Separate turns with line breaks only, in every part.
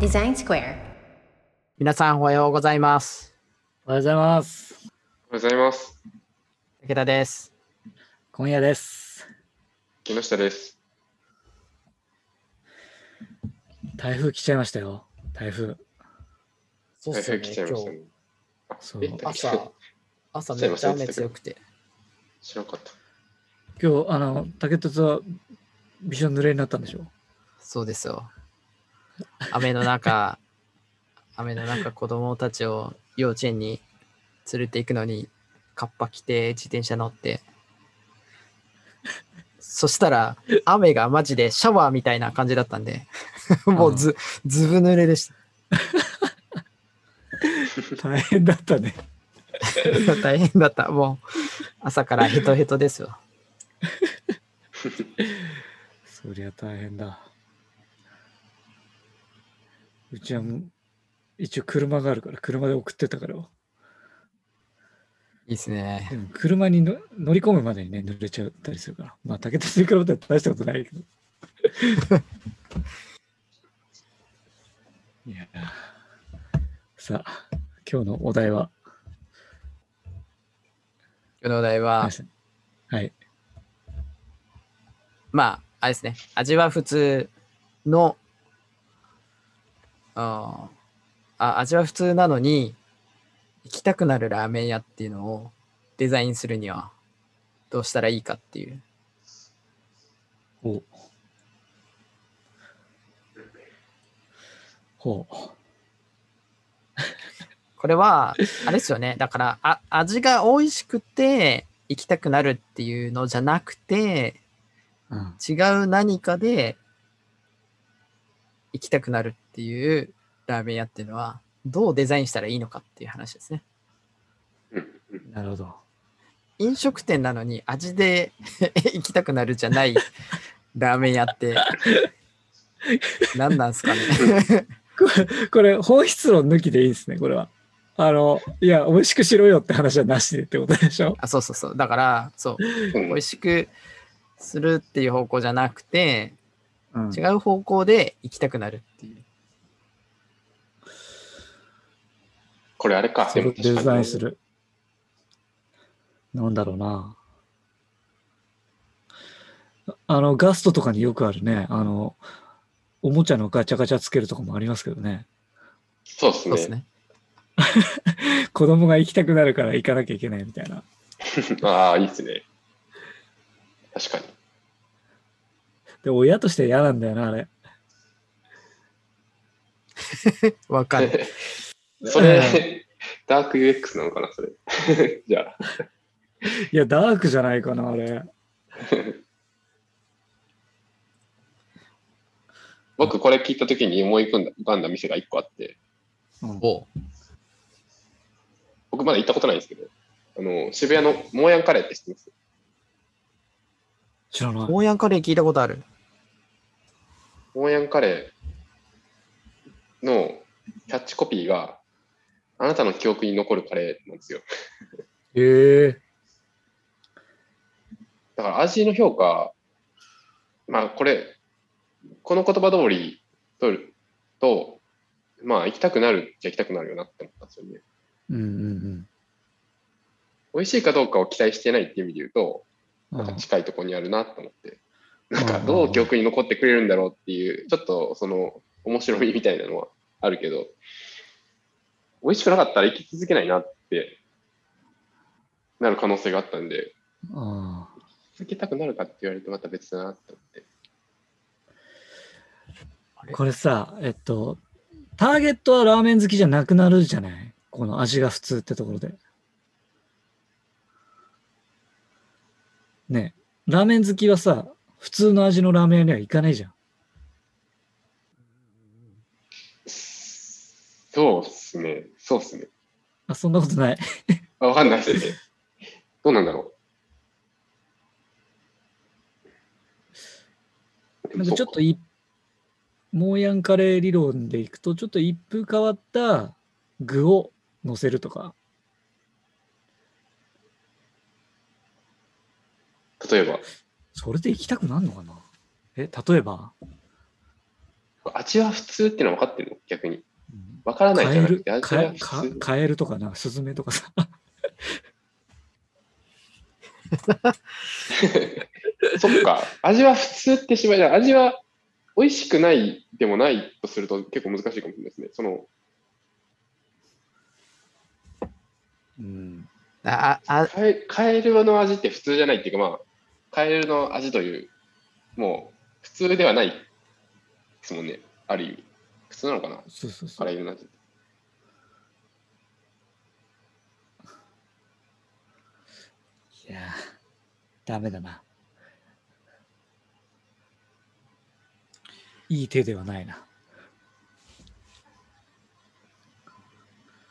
デザインスクエア。
皆さんおはようございます。
おはようございます。
おはようございます。
武田です。
今夜です。
木下です。
台風来ちゃいましたよ。台風。
そ
台 風来ちゃいましたね。
そう
え
今
台風
朝、朝 めっちゃ雨強くて。
知らなかった。
日、あの、竹鉄はびしょ濡れになったんでしょ
そうですよ。雨の 中、雨の中子供たちを幼稚園に連れて行くのに、カッパ着て自転車乗 って。そしたら、雨がマジでシャワーみたいな感じだったんで、 もうず、ずぶ濡れで した。
大変だったね。
大変だった。もう、朝からヘトヘトですよ。
そりゃ大変だ。うちはもう一応車があるから、車で送ってったから。
いいです ね。
でも車にの乗り込むまでにね、濡れちゃったりするから。まあ、竹鉄に比べたら大したことないけど。 いやーさあ、今日のお題は、
今日のお題は、
はい。
まあ、あれですね。味は普通の、あーあ、味は普通なのに、行きたくなるラーメン屋っていうのをデザインするには、どうしたらいいかっていう。
ほう。ほう。
これは、あれですよね。だから、あ味が美味しくて、行きたくなるっていうのじゃなくて、
うん、
違う何かで行きたくなるっていうラーメン屋っていうのは、どうデザインしたらいいのかっていう話ですね。
うんうん
なるほど。
飲食店なのに味で 行きたくなるじゃないラーメン屋って何なんすかね
これ、本質論抜きでいいんですね、これは。あの、いや、美味しくしろよって話はなしでってことでしょ
あそうそうそうだからそう
うん
美味しくするっていう方向じゃなくて
うん
違う方向で行きたくなるっていう
これあれか。
それを
確か
デ
に
ザインす。る。なんだろうな。あの、ガストとかによくあるね、あの、おもちゃのガチャガチャつけるとかもありますけどね。
そうです
そうです
ね。
ね
子供が行きたくなるから行かなきゃいけないみたいな。
ああ、いいですね。確かに。
で、親として嫌なんだよな、あれ。
わかる
それ、ダーク UX なのかな、それ。 じゃあ。
いや、ダークじゃないかな、あれ。
僕、これ聞いたときに思い浮かんだ店が1個あって、
うん
おう
僕まだ行ったことないんですけど、あの渋谷のモーヤンカレーって知ってます
知らない。
ゴーヤンカレー聞いたことある
モーヤンカレーのキャッチコピーが、あなたの記憶に残るカレーなんですよ。
ええ
だから味の評価、まあこれ、この言葉通り取ると、まあ行きたくなるじゃ行きたくなるよなって思ったんですよね。
うんうん
美味しいかどうかを期待してないっていう意味で言うと、
うん。
なんか
あ
近いところにあるなと思って、なん
う
か
ん
どう記憶に残ってくれるんだろうっていう、ちょっとその面白みみたいなのはあるけど、美味しくなかったら生き続けないなってなる可能性があったんで、
あ
続けたくなるかって言われるとまた別だなって思って。
これさ、えっと、ターゲットはラーメン好きじゃなくなるじゃないこの味が普通ってところで。ねえラーメン好きはさ、普通の味のラーメン屋には行かないじゃん。
そうっすね。そうっすね。
あ、そんなこと ない。
あ、わかんな いですね。どうなんだろう。
なんかちょっと
い
い、モーヤンカレー理論でいくと、ちょっと一風変わった具を乗せるとか。
例えば、
それで行きたくなるのかなえ、例えば
味は普通ってのは分かってるの逆に。
うん
分からない
カ
じゃ
エ
な
ル
くて、味
カ
は
エ
普通。
カエルとかな、スズメとかさ。
そっか、味は普通ってしまいじゃん。味は美味しくないでもないとすると結構難しいかもしれないですね。その、
うん。
ああ
カエカエルの味って普通じゃないっていうか、まあ、カエルの味という、もう普通ではないですもんね。ある意味。普通なのかな
そうそうそ
カ
う。
エルの味。
いやー、ダメだな。いい手ではないな。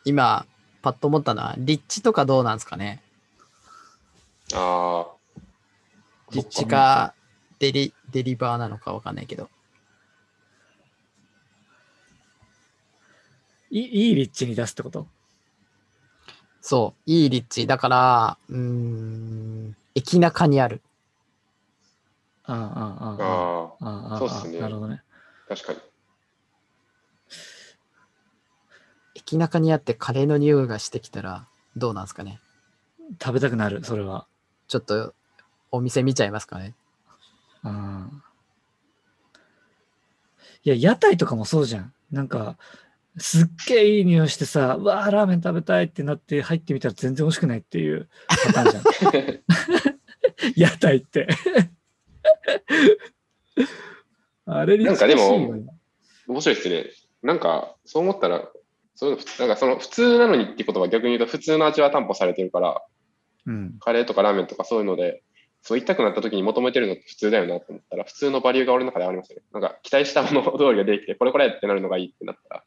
今パッと思ったのは立地とかどうなんですかね
ああ。
立地かデリデリバーなのかわかんないけど
いいいい立地に出すってこと
そういい立地だからうーん駅中にある
ああ、あ
そっ
あ、
か
ああ。
あ
ああ、ああ
そうっすね
なるほどね。
あ、確かに。
駅中にあってカレーの匂いがしてきたらどうなんですかね
食べたくなる、それは。
ちょっとお店見ちゃいますかね
うん。いや、屋台とかもそうじゃん。なんか、すっげえいい匂いしてさ、うわあ、ラーメン食べたいってなって入ってみたら全然美味しくないっていうパターンじゃん。 屋台って。 あれに
なんかでも
近しいよね
面白いですね。なんか、そう思ったら、そういうの普通、なんかその普通なのにってことは逆に言うと、普通の味は担保されてるから、
うん。
カレーとかラーメンとかそういうので、そう言いたくなった時に求めてるのって普通だよなと思ったら、普通のバリューが俺の中でありますよね。なんか、期待したもの通りができて、これこれってなるのがいいってなったら、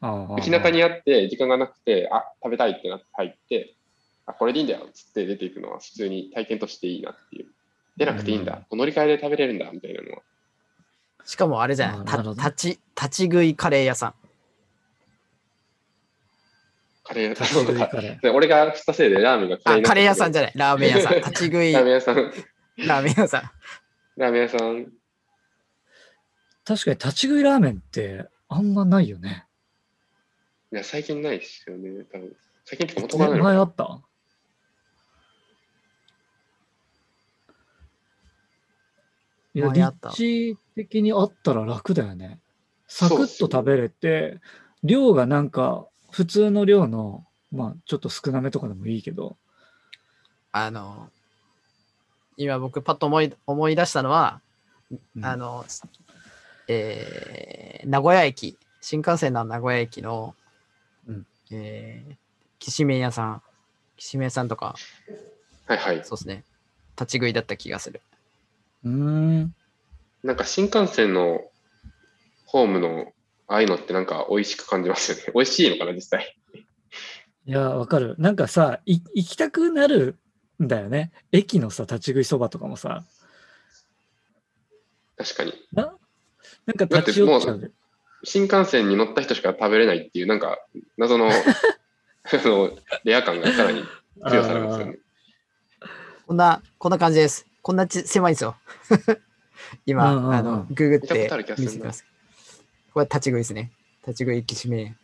ああ
駅中にあって、時間がなくて、あ、食べたいってなって入って、あ、これでいいんだよっつって出ていくのは、普通に体験としていいなっていう。出なくていいんだ。乗り換えで食べれるんだ、みたい なのは。
しかもあれじゃな
あー
い
なるほどね
た立ち立ち食いカレー屋さん
カレー、
立ち食いカレ
で俺が振ったせいでラーメンがカレ
あ
ー
カレー屋さんじ
ゃ
ゃないラーメン 屋さん立ち食い
ラー
ラ
メン屋さん、
ーメン屋さん
ラーメン屋さん、
ー。確かに立ち食いラーメンってあんまないよね。
いや、最近ないですよね、多分。最近ってか元からないのか
前あ
な
ったいや、
前あった
立地的にあったら楽だよね。サク
そう
ッ
っ
と
すよね
食べれて、量がなんか、普通の量の、まあ、ちょっと少なめとかでもいいけど、
あの今僕パッと思い思い出したのは
うん
あの、えー名古屋駅、新幹線の名古屋駅の、
うん
えー、きしめん屋さん、きしめん屋さんとか、
はいはい。
そうですね、立ち食いだった気がする。
うーん。
なんか新幹線のホームのああいうのってなんか美味しく感じますよね。美味しいのかな、実際。
いや、わかる。なんかさ、い行きたくなるんだよね。駅のさ、立ち食いそばとかもさ、
確かに。
ななんか立ち寄っちゃう。
新幹線に乗った人しか食べれないっていう、なんか 謎のあのレア感がさらに強さなんですよね。
こんな、こんな感じです。こんなち狭いんですよ。 今、
うんうんうん
あの、ググっ
見たこ
て
とある気がする
見
な
せてください。これ立ち食いですね。立ち食いきしめん屋。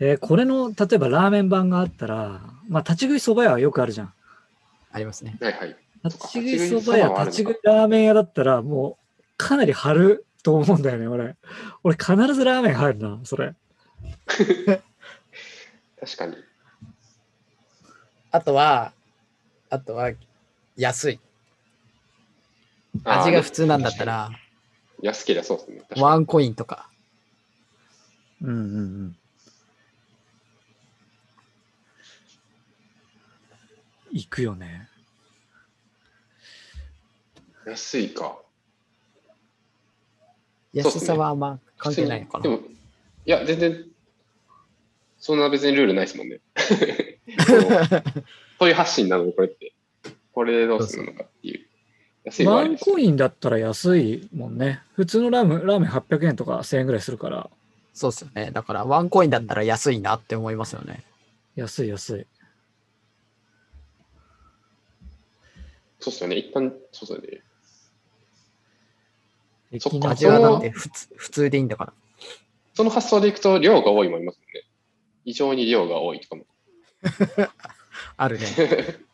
えーこれの、例えばラーメン版があったら、まあ、立ち食いそば屋はよくあるじゃん。
ありますね。
はいはい。
立ち食いそば屋
立ち食いそばは、あるのか
立ち食いラーメン屋だったら、もう、かなり張ると思うんだよね、俺。俺、必ずラーメン入るな、それ。
確かに。
あとは、あとは、安い。
あー
味が普通なんだった。ら、
安けりゃそうですね。確かに
ワンコインとか。
うんうんうん。行くよね。
安いか。そうっす
安
ね
さはあんま関係ないのか
普通
な。
にでも、いや、全然、そんな別にルールないですも んね。そういう発信なの、これって。これでどうするのかっていう。安いのはあ
ワ
り
ン
ます
コインだったら安いもんね。普通のラーメンラーメン800円とか1000円ぐらいするから、
そうっすよね。だからワンコインだったら安いなって思いますよね。
安い安い。
そうっすよね。一旦、そうっすよね。そっか
味はだって普通普通でいいんだから。
その発想でいくと量が多いもいますもんね。異常に量が多いとかも。
あるね。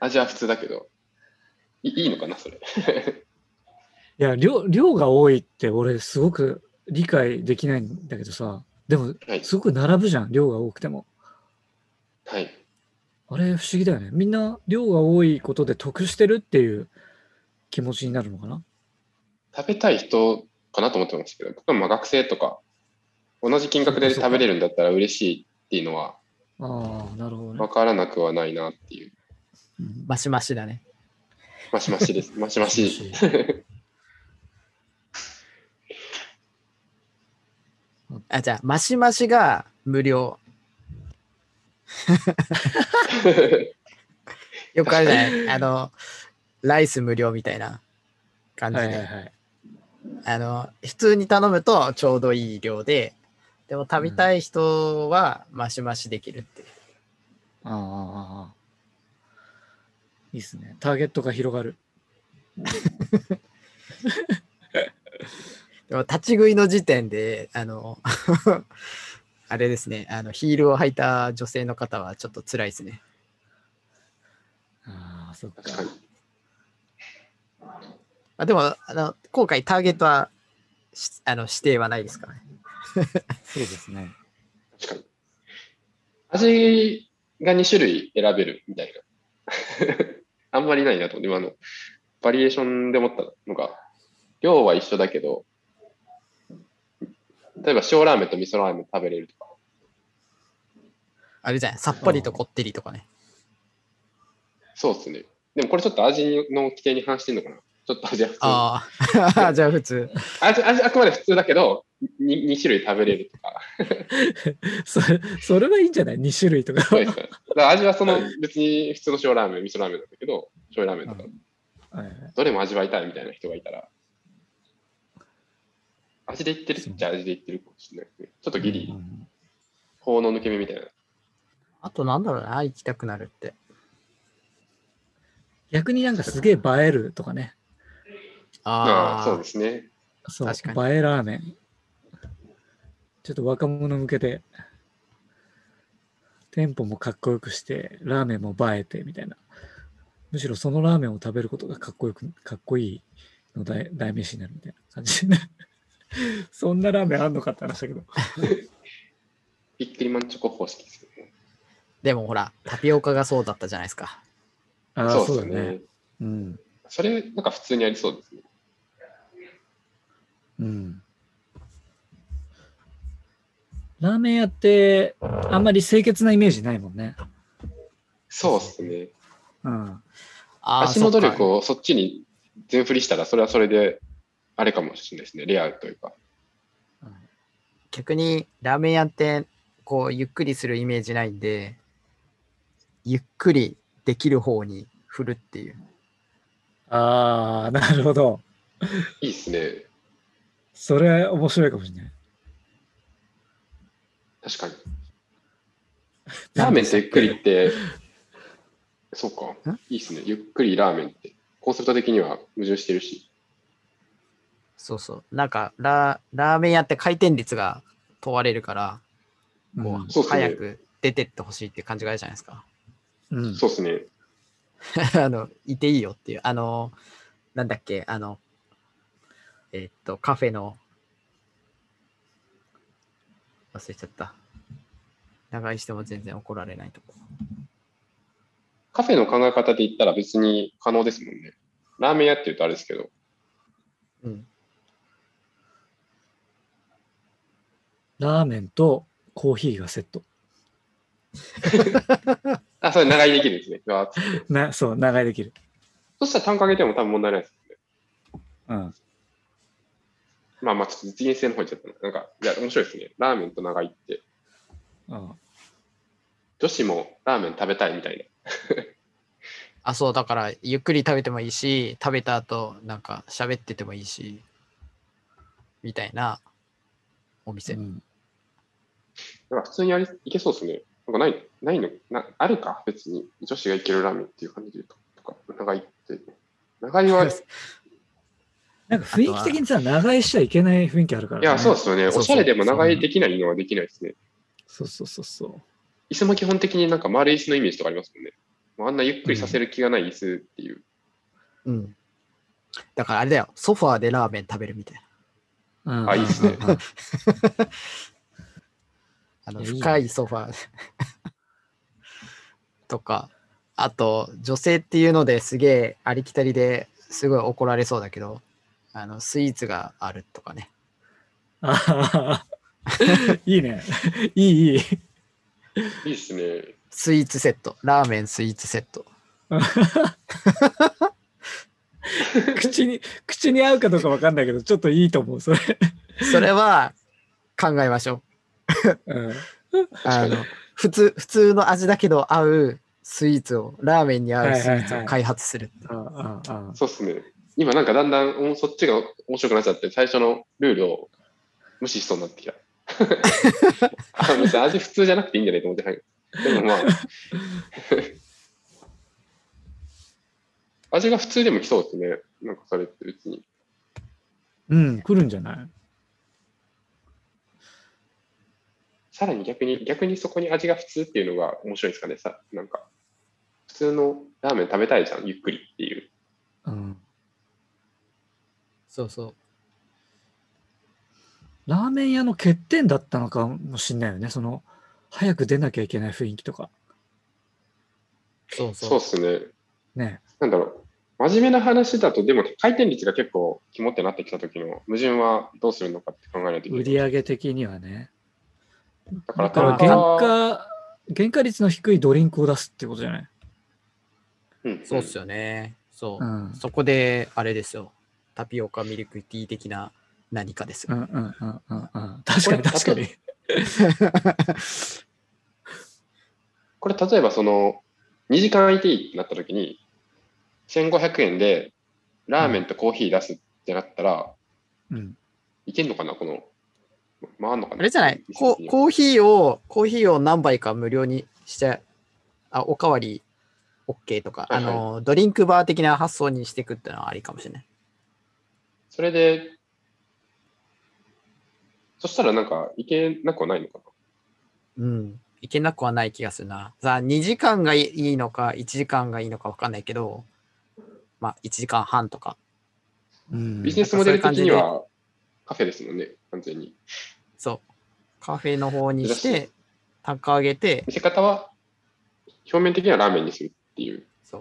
味は普通だけど。いいいのかな、それ。
いや量、量が多いって俺すごく理解できないんだけどさ、でも
はい。
すごく並ぶじゃん、量が多くても。
はい。
あれ不思議だよね。みんな量が多いことで得してるっていう気持ちになるのかな
食べたい人かなと思ってましたけど、僕はまあ学生とか、同じ金額で食べれるんだったら嬉しいっていうのは
ああ、なるほど
分
ね。
からなくはないなっていう。
うん
マシマシだね。
マシマシです。マシマ シ。
あ、じゃあ、マシマシが無料。よくあるじゃないあの、ライス無料みたいな感じ
は
で。
いはいはい。
あの、普通に頼むとちょうどいい量で、でも食べたい人はマシマシできるっていう。
あーあーあー、いいっすね。ターゲットが広がる。
でも立ち食いの時点で、あの、 あれですね、あの、ヒールを履いた女性の方はちょっと辛いですね。
ああ、そっか。
確かに。
あでもあの、今回ターゲットはしあの指定はないですからね。
そうですね。
確かに。味が2種類選べるみたいな。 あんまりないなと思って、今のバリエーションで思ったのが、量は一緒だけど、例えば塩ラーメンと味噌ラーメン食べれるとか、
あれじゃない、さっぱりとこってりとかね。
そうですね。でもこれちょっと味の規定に反してんのかなちょっと味は普通。
ああ、 じゃあ普通。
味味あくまで普通だけど、に 2, 種類食べれるとか。
それ、それはいいんじゃない ?2 種類とか。
そうですね。だから味はその別に普通の塩ラーメン、味噌ラーメンなんだけど、醤油ラーメンとか、
はいはい
どれも味わいたいみたいな人がいたら、味で言ってるっちゃ味で言ってるかもしれないですね。ちょっとギリ
う、ん
法の抜け目みたいな。
あとなんだろうな、行きたくなるって。
逆になんかすげえ映えるとかね。
ああ、そう
あ
ですね。
そう、
確か
映えラーメン。ちょっと若者向けて、店舗もかっこよくして、ラーメンも映えてみたいな。むしろそのラーメンを食べることがかっこよく、かっこいいの代代名詞になるみたいな感じ。 そんなラーメンあんのかって話だけど。
ビックリマンチョコ方式ですよね。
あ、でもほら、タピオカがそうだったじゃないですか。
ああ、そうだ
ですよ
ね。。うん。
それ、なんか普通にありそうですね。
うん。ラーメン屋って、あんまり清潔なイメージないもんね。
そうですね。
うん。
ああ、
足の努
そっ
力
か
をそっちに全振りしたら、それはそれで、あれかもしれないですね。レアというか。
逆にラーメン屋ってこうゆっくりするイメージないんでゆっくりできる方に振るっていう
ああ、なるほど。
いいですね。
それ面白いかもしれない。
確かに。ラーメンとゆっくりって、そうか
ん。
いいですね。ゆっくりラーメンって。コンセプト的には矛盾してるし。
そうそうなんかララーメン屋って回転率が問われるから
も
も
そう
う
っすね
早く出てってほしいって感じがあるじゃないですか、
うん、うん、
そうですね。
あのいていいよっていうあのなんだっけあのえっとカフェの忘れちゃった長居しても全然怒られないとこ
カフェの考え方で言ったら別に可能ですもんね。ラーメン屋って言うとあれですけど、
うん
ラーメンとコーヒーがセット。
あ、それ長居できるんですね。う わー
な、そう、長いできる。
そしたら単価上げても多分問題ないですもんね。
うん。
まあまあ、ちょっと実現性の方いっちゃったな。なんか、いや、面白いですね。ラーメンと長居って、
うん、
女子もラーメン食べたいみたいな。
あ、そう、だから、ゆっくり食べてもいいし、食べた後、なんか、喋っててもいいし、みたいなお店。
うん
なんか普通にありいけそうですね。なんかない、ないの、なあるか、別に。女子 がいけるラーメンっていう感じで言うと。とか、長いって。長いは、
なんか雰囲気的にさ、長居しちゃいけない雰囲気あるから、
い
ね。
や、そうですよね。
そうそう
おしゃれでも長居できないのはできないですね。
そうそうそうそう。
椅子も基本的になんか丸い椅子のイメージとかありますもんね。もうあんなゆっくりさせる気がない椅子っていう。
うん。だからあれだよ、ソファーでラーメン食べるみたいな。
うん
あいいっすね
うんうんうん
あの
いやいいね
深いソファー とか、あと女性っていうのですげえありきたりですごい怒られそうだけど、あのスイーツがあるとかね。
あはは いいね。いい、い い。
いいですね。
スイーツセット、ラーメンスイーツセット。
口に、口に合うかどうかわかんないけど、ちょっといいと思う、それ。
それは考えましょう。
うん、
あ
確か
の普通普通の味だけど合うスイーツを、ラーメンに合うスイーツ
はいはいは
を
い
開発する。
あああ
そうっすね。今なんかだんだんおそっちが面白くなっちゃって、最初のルールを無視しそうになってきた。あ別に味普通じゃなくていいんじゃないと思って、はい。でもまあ。 味が普通でも来そうですね。なんかそれって別に。
うん、来るんじゃない
さらに逆に、逆にそこに味が普通っていうのが面白いですかね。さなんか、普通のラーメン食べたいじゃん、ゆっくりっていう。
うん。
そうそう。
ラーメン屋の欠点だったのかもしんないよね。その、早く出なきゃいけない雰囲気とか。
そう
そ
そうう
っ。すね。
ね。
なんだろう。真面目な話だと、でも回転率が結構肝ってなってきた時の矛盾はどうするのかって考えないといけな
売
い。
り上げ的にはね。
だか
だ
ら、
から、原
単価は
価、原価率の低いドリンクを出すってことじゃない
うん、
そうっすよね。そうう。
ん。
そこで、あれですよ。タピオカミルクティー的な何かです
う
よ。
んうんうんうんうん。確かに確かに。
これ、例えばその、2時間空いていいってなった時に、1500円でラーメンとコーヒー出すってなったら、
うん。
いけんのかな、この、回んのかな。
あれじゃない
店
コ
的には
コーヒーを、コーヒーを何杯か無料にして、あ、おかわり OK とか、
は
あ
いはい
の、ドリンクバー的な発想にしていくってのはありかもしれない。
それで、そしたらなんか、いけなくはないのか
うん。いけなくはない気がするな。さあ、2時間がいいのか、1時間がいいのか分かんないけど、まあ、1時間半とか。
うん
な。ビジネスモデル的には、カフェですもんね、完全に。
そう。カフェの方にし、
珍して
高上げて、
見せ方は、表面的にはラーメンにするっていう
そ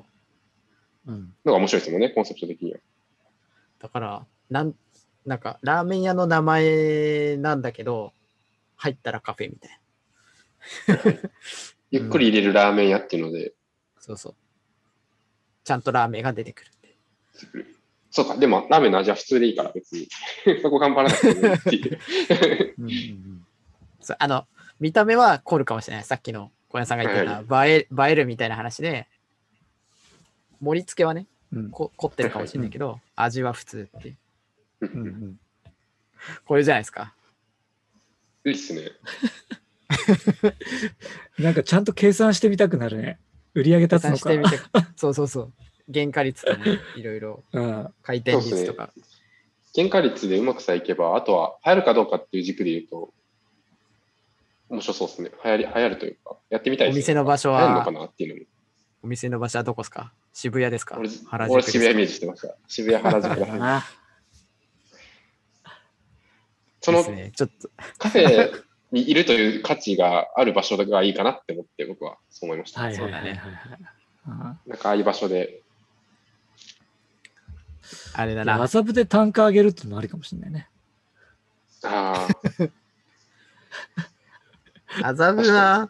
う。
うん
のが面白いですもんね、コンセプト的には。
だから、なん、なんか、ラーメン屋の名前なんだけど、入ったらカフェみたいな。
ゆっくり入れるラーメン屋っていうので、
そうそう。ちゃんとラーメンが出てくるって。
出てくるそうか、でもラーメンの味は普通でいいから、別に。 そこ頑張らなくてもいいっていう。
うんうんうん
そうあの、見た目は凝るかもしれない。さっきの小屋さんが言ってた、映え、映えるみたいな話で、盛り付けはね、
うん
こ凝ってるかもしれないけど、味は普通っていう。
う んうん
これじゃないですか。
いいっすね。
なんかちゃんと計算してみたくなるね。売り上げ
計
立つ
算
の
し
か。
てみて。 そうそうそう。原価率とかね、いろいろ
うん
回転率とか。
原価率でうまくさえいけば、あとは流行るかどうかっていう軸で言うと、面白そうですね。流行り、流行るというか、やってみた
お
いです、ね。
店の場所
流行るの
は
か、なっていうのも。
お店の場所はどこですか渋谷ですか
俺
原、
俺
宿
渋
で
谷
す
イ
か
メージしてました。渋谷、原宿
だ
らへん。
な。
その
ですね、ちょっと、
カフェにいるという価値がある場所がいいかなって思って、僕はそう思いました。
はい
そ
は
う
い
だ
はいはい
ね
はい。うん
なんかああいう場所で、
あれだ
いや
な。
麻布で単価上げるっていうのもありかもしれないね。
あ あ、
麻布は、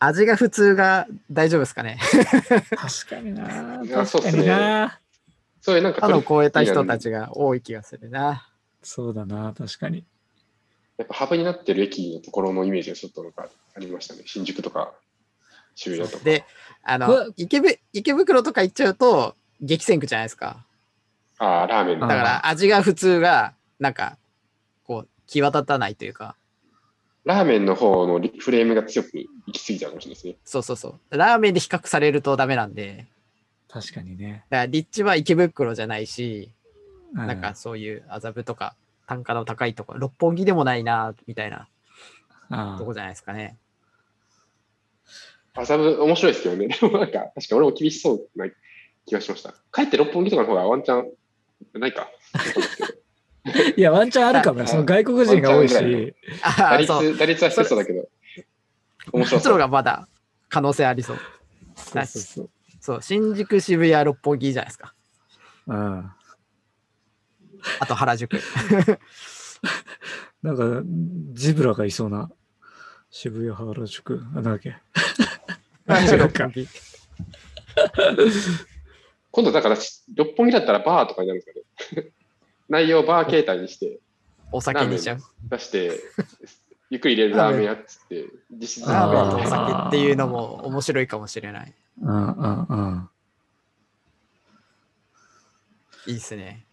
味が普通が大丈夫ですかね。
確かにな。
いやそう
確か
っすね
にな。
そういうなんか
歯の
取り、
超えた人たちが多い気がするな。
そうだな、確かに。
やっぱハブになってる駅のところのイメージがちょっとなんかありましたね。新宿とか、渋谷とか。
で、あ
う
の
わ、
池ぶ池袋とか行っちゃうと、激戦区じゃないですか。
ああ、ラーメン
だ
の
あ
か
あ
ら、味が普通が、なんか、こう、際立たないというか、
ラーメンの方のリフレームが強く行き過ぎちゃうかもしれないですね。
そうそうそう。ラーメンで比較されるとダメなんで、
確かにね。
だから立地は池袋じゃないし、なんかそういう麻布とか単価の高いところ、六本木でもないな、みたいな
あ
とこじゃないですかね。
麻布面白いですけどね。で もなんか、確か俺も厳しそうな気がしました。帰って六本木とかの方がワンチャン、ないか。
いや、ワンチャンあるかもよ。その外国人が多い
ワンチャンぐら
ああ、
し、
い打
そう。
率、打率は低そうだけど。面
そっ
白
ちの
そ
方
う。
がまだ可能性ありそう。
そうそうそう。
そう、新宿、渋谷、六本木じゃないですか。
うん
あと原宿。
なんか、ジブラがいそうな、渋谷原宿、あ、なんだっけ。
原宿六
か
本木
今度だから、六本木だったらバーとかになるんですかね。 内容バー形態にして、
お酒にしちゃう。
出して、 ゆっくり入れるラーメンやっつって、実質
ラー
ラー
メ
メ
ンとお
ンみたいな。
酒っていうのも面白いかもしれない。
うんうん
いいっすね。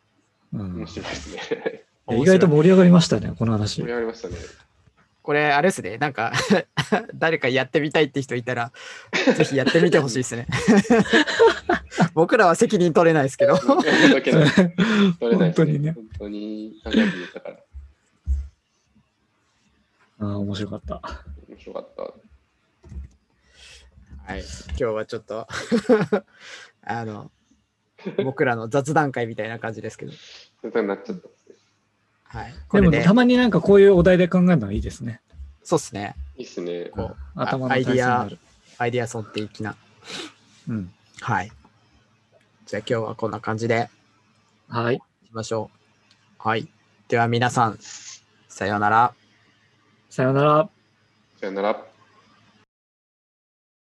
うん。うん
面、白いですね。
意外と
面白い
盛り上がりましたね、この話
盛り。上がりましたね。
これあれですね。なんか 誰かやってみたいって人いたらぜひやってみてほしいです ね。僕らは責任取れないです けど。
だけど取れな
本
いです
当にね。
本当に考えてみたから、
ああ、面白かった。
面白かった。
はい。今日はちょっと あの僕らの雑談会みたいな感じですけど。
そういうことになっちゃった。
はい。こ
で
れ
も、
で
たまになんかこういうお題で考えるのはいいですね。
そうっすね。
いいっすね。
こう
うん頭の
アイ
体
ディ
操に
ア
なる。
アイデアソン的な。
うん。
はい。じゃあ今日はこんな感じで
はい。
いきましょう。はい。では皆さん、さようなら。
さようなら。
さよなら。